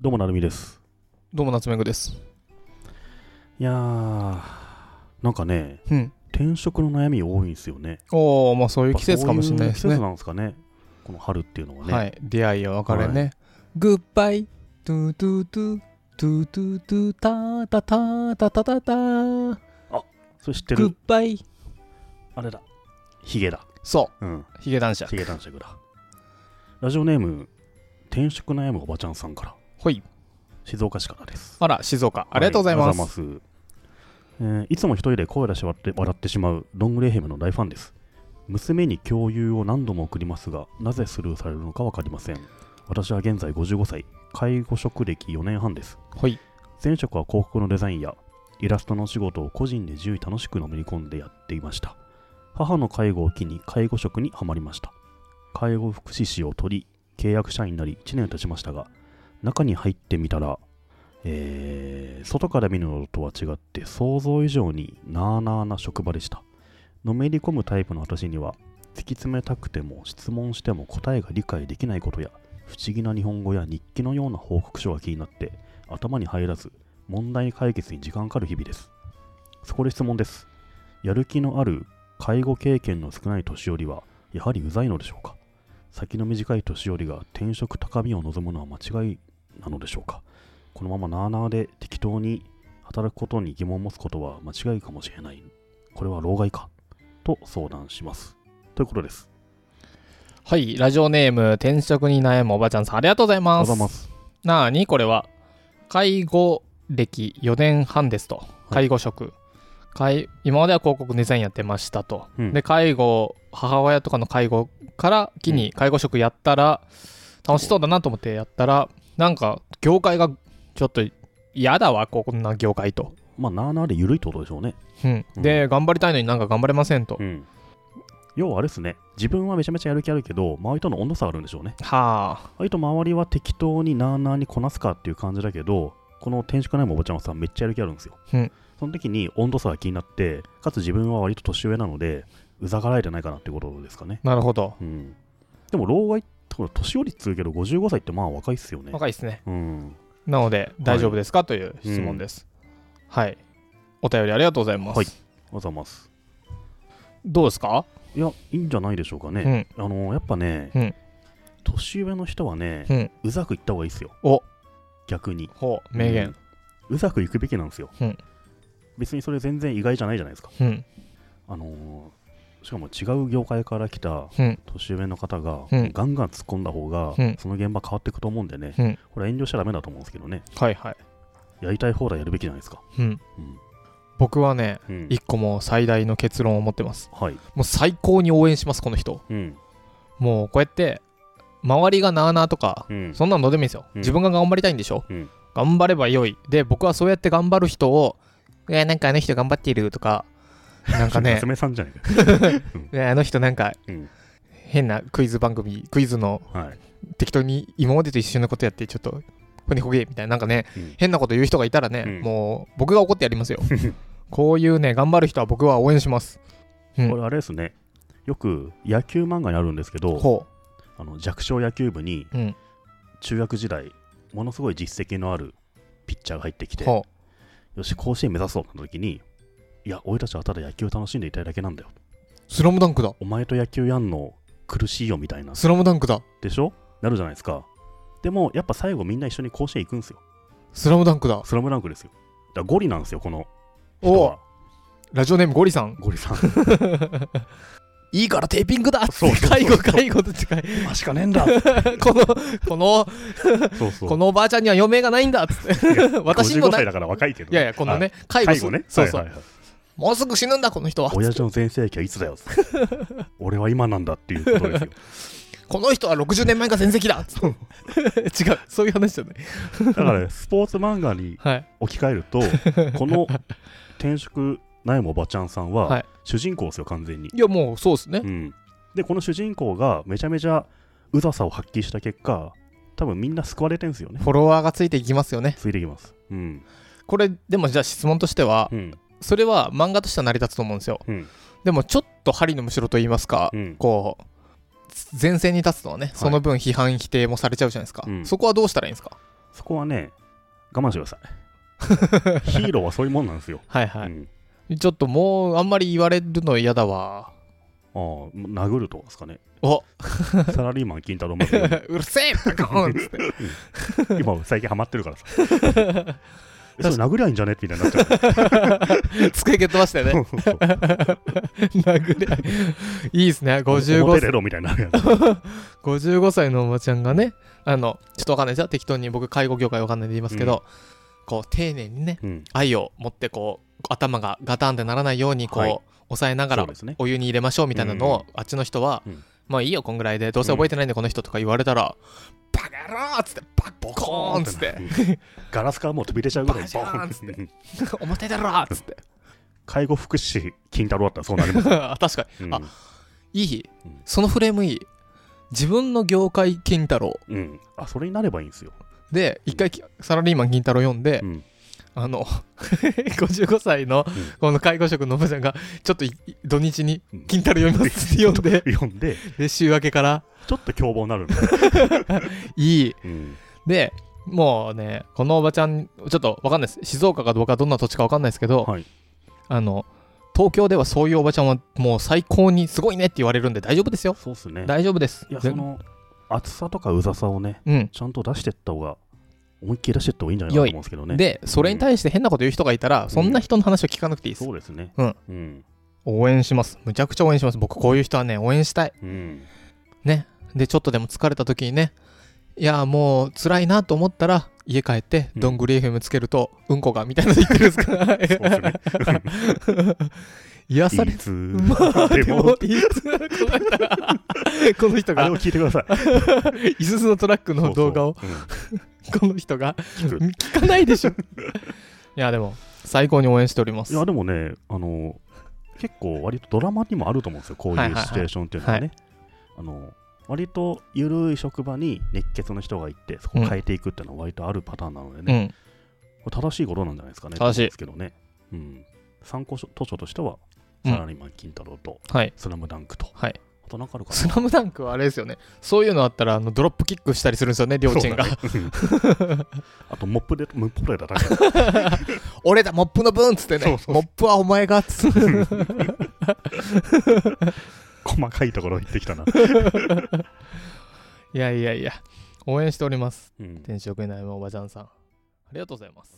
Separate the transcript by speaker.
Speaker 1: どうもなるみです。
Speaker 2: どうも夏目ぐです。
Speaker 1: いやー、なんかね、
Speaker 2: うん。
Speaker 1: 転職の悩み多いんですよね。
Speaker 2: おお、まあそういう季節かもしれないです
Speaker 1: や
Speaker 2: ね。
Speaker 1: っぱそうう季節なんですかね。この春っていうのはね。
Speaker 2: はい。出会いや別れね。グッバイ。トゥトゥトゥ。トゥトゥトゥタタタタタタタ
Speaker 1: それ知って
Speaker 2: グッ
Speaker 1: る
Speaker 2: バイ。
Speaker 1: あれだ。ヒゲだ。
Speaker 2: そ
Speaker 1: うん。
Speaker 2: う。ヒゲ男爵。
Speaker 1: ヒゲ男爵だ。ラジオネーム、転職悩むおばちゃんさんから。
Speaker 2: ほい。
Speaker 1: 静岡市からです。
Speaker 2: あら、静岡。ありがとうございます。
Speaker 1: はありがとうございますえーいつも一人で声出して笑って笑ってしまうロングレイヘムの大ファンです。娘に共有を何度も送りますが、なぜスルーされるのか分かりません。私は現在55歳、介護職歴4年半です。
Speaker 2: ほい。
Speaker 1: 前職は広告のデザインやイラストの仕事を個人で自由に楽しくのめり込んでやっていました母の介護を機に介護職にはまりました介護福祉士を取り契約社員になり1年経ちましたが中に入ってみたら、えー外から見るのとは違って想像以上になあなあな職場でしたのめり込むタイプの私には突き詰めたくても質問しても答えが理解できないことや不思議な日本語や日記のような報告書が気になって頭に入らず問題解決に時間かかる日々ですそこで質問ですやる気のある介護経験の少ない年寄りはやはりうざいのでしょうか先の短い年寄りが転職高みを望むのは間違いなのでしょうかこのままなあなあで適当に働くことに疑問を持つことは間違いかもしれないこれは老害かと相談しますということです
Speaker 2: はい。ラジオネーム、転職に悩むおばちゃんさん。ありがとうござい
Speaker 1: おは
Speaker 2: ま
Speaker 1: ようご
Speaker 2: す。
Speaker 1: ざいます
Speaker 2: なあにこれは。介護歴4年半ですと。
Speaker 1: い
Speaker 2: 介護職。介今までは広告デザインやってましたと。
Speaker 1: うん
Speaker 2: で介護母親とかの介護から機に介護職やったら楽しそうだなと思ってやったらなんか業界がちょっと嫌だわこんな業界と、
Speaker 1: まあなあなあで緩いってことでしょうね
Speaker 2: うん
Speaker 1: うん
Speaker 2: で頑張りたいのになんか頑張れませんと、
Speaker 1: うん、要はあれですね自分はめちゃめちゃやる気あるけど周りとの温度差があるんでしょうね
Speaker 2: はあ
Speaker 1: 割と周りは適当になあなあにこなすかっていう感じだけどこの転職ないもおばちゃんはさめっちゃやる気あるんですよ、
Speaker 2: うん
Speaker 1: その時に温度差が気になってかつ自分は割と年上なのでうざがられてないかなっていうことですかね、
Speaker 2: なるほど
Speaker 1: うん、でも老害ってこれ年寄りっつうけど55歳ってまあ若いっすよね
Speaker 2: 若いですね
Speaker 1: うん
Speaker 2: なので大丈夫ですか、という質問です、はいお便りありがとうございます、
Speaker 1: はいありがとうございます
Speaker 2: どうですか、
Speaker 1: いやいいんじゃないでしょうかね、あのやっぱね、
Speaker 2: うん
Speaker 1: 年上の人はね
Speaker 2: う、んうん
Speaker 1: うざく言った方がいいっすよ
Speaker 2: お
Speaker 1: 逆に
Speaker 2: ほう名言
Speaker 1: うんうざくいくべきなんですよ、
Speaker 2: うん
Speaker 1: 別にそれ全然意外じゃないじゃないですか
Speaker 2: うん
Speaker 1: あのーしかも違う業界から来た
Speaker 2: うん
Speaker 1: 年上の方が、
Speaker 2: うん
Speaker 1: ガンガン突っ込んだ方が、
Speaker 2: うん
Speaker 1: その現場変わっていくと思うんでね、
Speaker 2: うん
Speaker 1: これ遠慮しちゃダメだと思うんですけどね
Speaker 2: はいはい
Speaker 1: やりたい放題やるべきじゃないですか
Speaker 2: うん
Speaker 1: うん、
Speaker 2: 僕はね
Speaker 1: うん
Speaker 2: 一個もう最大の結論を持ってます
Speaker 1: はい、
Speaker 2: もう最高に応援しますこの人
Speaker 1: うん
Speaker 2: もうこうやって周りがなあなあとか
Speaker 1: うん
Speaker 2: そんなのどうでもいいんですよ、
Speaker 1: うん
Speaker 2: 自分が頑張りたいんでしょ、
Speaker 1: うん
Speaker 2: 頑張ればよいで僕はそうやって頑張る人を「いやなんかあの人頑張っている」とかなん かね
Speaker 1: 娘さんじゃねえか、
Speaker 2: 「いやあの人なんか
Speaker 1: うん
Speaker 2: 変なクイズ番組クイズの
Speaker 1: はい
Speaker 2: 適当に今までと一緒のことやってちょっとほにほげ」みたいななんかね
Speaker 1: うん
Speaker 2: 変なこと言う人がいたらね、
Speaker 1: うん
Speaker 2: もう僕が怒ってやりま すよこういうね頑張る人は僕は応援します、うん
Speaker 1: これあれですねよく野球漫画にあるんですけど
Speaker 2: ほ
Speaker 1: あの弱小野球部に
Speaker 2: ううん
Speaker 1: 中学時代ものすごい実績のあるピッチャーが入ってきて
Speaker 2: ほ
Speaker 1: よし、甲子園目指そうってなった時に、いや、俺たちはただ野球を楽しんでいたいだけなんだよ。
Speaker 2: うスラムダンクだ
Speaker 1: お前と野球やんの苦しいよみたいな。
Speaker 2: スラムダンクだ
Speaker 1: でしょなるじゃないですか。でも、やっぱ最後みんな一緒に甲子園行くんですよ。
Speaker 2: スラムダンクだ
Speaker 1: スラムダンクですよ。だからゴリなんですよ、この人
Speaker 2: お
Speaker 1: は
Speaker 2: お。ラジオネームゴリさん
Speaker 1: ゴリさん。
Speaker 2: いいからテーピングだ
Speaker 1: そうそうそう
Speaker 2: 介護介護って近い
Speaker 1: あしかねえんだ。
Speaker 2: このこの
Speaker 1: そうそう。
Speaker 2: このおばあちゃんには余命がないんだっつって私に
Speaker 1: 55
Speaker 2: もない
Speaker 1: 歳
Speaker 2: い
Speaker 1: だから若いけど。
Speaker 2: やいやこのね
Speaker 1: あ。
Speaker 2: 介護
Speaker 1: 介
Speaker 2: す
Speaker 1: 護ね。
Speaker 2: そうそう、
Speaker 1: はいはいはい
Speaker 2: もうすぐ死ぬんだこの人は
Speaker 1: 親父の全盛期はい つだよ。つって俺は今なんだっていうことですよ。
Speaker 2: この人は60年前が全盛だっつって 違うそういう話じゃない
Speaker 1: だからね、スポーツ漫画に
Speaker 2: はい
Speaker 1: 置き換えるとこの転職悩むおばちゃんさん
Speaker 2: は
Speaker 1: はい主人公ですよ完全に、
Speaker 2: いやもうそうですね
Speaker 1: うん、でこの主人公がめちゃめちゃうざさを発揮した結果多分みんな救われてんすよね
Speaker 2: フォロワーがついていきますよね
Speaker 1: ついてきますうん
Speaker 2: これでもじゃあ質問としては
Speaker 1: うん
Speaker 2: それは漫画としては成り立つと思うんですよ
Speaker 1: うん
Speaker 2: でもちょっと針のむしろと言いますか、
Speaker 1: うん
Speaker 2: こう前線に立つのはね、その分批判否定もされちゃうじゃないですか、
Speaker 1: うん
Speaker 2: そこはどうしたらいいんですか
Speaker 1: そこはね、我慢してくださ い。ヒーローはそういうもんなんですよ。
Speaker 2: はいは
Speaker 1: う
Speaker 2: い、
Speaker 1: ん
Speaker 2: ちょっともうあんまり言われるの嫌だわ
Speaker 1: ああ、殴るとかですかね。
Speaker 2: お
Speaker 1: サラリーマン金太郎まで
Speaker 2: うるせえバコーンっつって
Speaker 1: 今最近ハマってるからさ。えそれ殴りゃいいんじゃねみたいになっちゃう。
Speaker 2: 机蹴っ飛ばしてね 殴れいいですね
Speaker 1: 表
Speaker 2: 55
Speaker 1: 出ろみたいに なるやつ。
Speaker 2: 55歳のおばちゃんがねあのちょっとわかんないですよ適当に僕介護業界わかんないんで言いますけど、こう丁寧にね
Speaker 1: うん、
Speaker 2: 愛を持ってこう頭がガタンってならないようにこう、
Speaker 1: はい
Speaker 2: 抑えなが
Speaker 1: そ
Speaker 2: ら
Speaker 1: うですね。
Speaker 2: お湯に入れましょうみたいなのを、あっちの人は、
Speaker 1: うん
Speaker 2: まあいいよこんぐらいでどうせ覚えてないんでこの人とか言われたら、バカ野郎っつってバッボコーンっつって
Speaker 1: うんガラスからもう飛び出ちゃうぐらい
Speaker 2: バシャーンっつって
Speaker 1: ボーン
Speaker 2: 表だろっつって
Speaker 1: 介護福祉金太郎だったらそうなりま
Speaker 2: 確
Speaker 1: す。
Speaker 2: か
Speaker 1: うん
Speaker 2: あにいい、
Speaker 1: うん
Speaker 2: そのフレームいい自分の業界金太郎
Speaker 1: うん、あそれになればいいんですよ。
Speaker 2: で一回きサラリーマン金太郎読んで、
Speaker 1: うん
Speaker 2: あの 55歳の
Speaker 1: ん
Speaker 2: この介護職のおばちゃんがちょっとい土日に金太郎読みますって読ん で
Speaker 1: 読んで、
Speaker 2: で週明けから
Speaker 1: ちょっと凶暴にな るんだ、
Speaker 2: いい
Speaker 1: うん
Speaker 2: でもうねこのおばちゃんちょっとわかんないです静岡かどうかどんな土地かわかんないですけど、
Speaker 1: はい
Speaker 2: あの東京ではそういうおばちゃんはもう最高にすごいねって言われるんで大丈夫ですよ
Speaker 1: そうっすね。
Speaker 2: 大丈夫です
Speaker 1: いや、
Speaker 2: ぜ
Speaker 1: その、厚さとかうざさをね、
Speaker 2: うん
Speaker 1: ちゃんと出してった方が、思いっきり出してった方がいいんじゃないかなと思うんですけどね。
Speaker 2: でそれに対して変なこと言う人がいたら、そんな人の話は聞かなくていいです、
Speaker 1: そうですね。
Speaker 2: うん。
Speaker 1: うん。
Speaker 2: 応援しますむちゃくちゃ応援します僕こういう人はね応援したい
Speaker 1: うん。
Speaker 2: でちょっとでも疲れた時にねいやもう辛いなと思ったら家帰って
Speaker 1: うん
Speaker 2: どんぐり FM つけるとうんこがみたいなの言ってるんですから
Speaker 1: そうですね。
Speaker 2: 癒され
Speaker 1: いつ
Speaker 2: まあ で
Speaker 1: で
Speaker 2: も
Speaker 1: も、
Speaker 2: いつこの人が
Speaker 1: あ
Speaker 2: この人
Speaker 1: れ
Speaker 2: が
Speaker 1: を聞いてください。
Speaker 2: イススのトラックの動画を
Speaker 1: そうそう。うん
Speaker 2: この人が
Speaker 1: く
Speaker 2: 聞かないでしょ いやでも最高に応援しております
Speaker 1: い やでもねあの結構割とドラマにもあると思うんですよこう
Speaker 2: はい
Speaker 1: いう
Speaker 2: はいはい
Speaker 1: シチュエーションっていうのはね、あの割と緩い職場に熱血の人がいてそこを変えていくっていうのは割とあるパターンなので
Speaker 2: う
Speaker 1: ね、
Speaker 2: ん
Speaker 1: これ正しいことなんじゃないですかね
Speaker 2: 正しい
Speaker 1: と思うんですけどね、うん、参考書図書としては
Speaker 2: うん
Speaker 1: サラリーマン金太郎と
Speaker 2: はい
Speaker 1: スラムダンクと、
Speaker 2: はい
Speaker 1: あとなんかあるか
Speaker 2: スラムダンクはあれですよねそういうのあったらあのドロップキックしたりするんですよね両
Speaker 1: な
Speaker 2: 親が、
Speaker 1: そうだ ねあとモップでモップで叩く
Speaker 2: 俺だモップの分っつってね
Speaker 1: そうそう
Speaker 2: モップはお前がっつって
Speaker 1: 細かいところ行ってきたな、
Speaker 2: いやいやいや応援しております
Speaker 1: うん
Speaker 2: 天職にないおばちゃんさんありがとうございます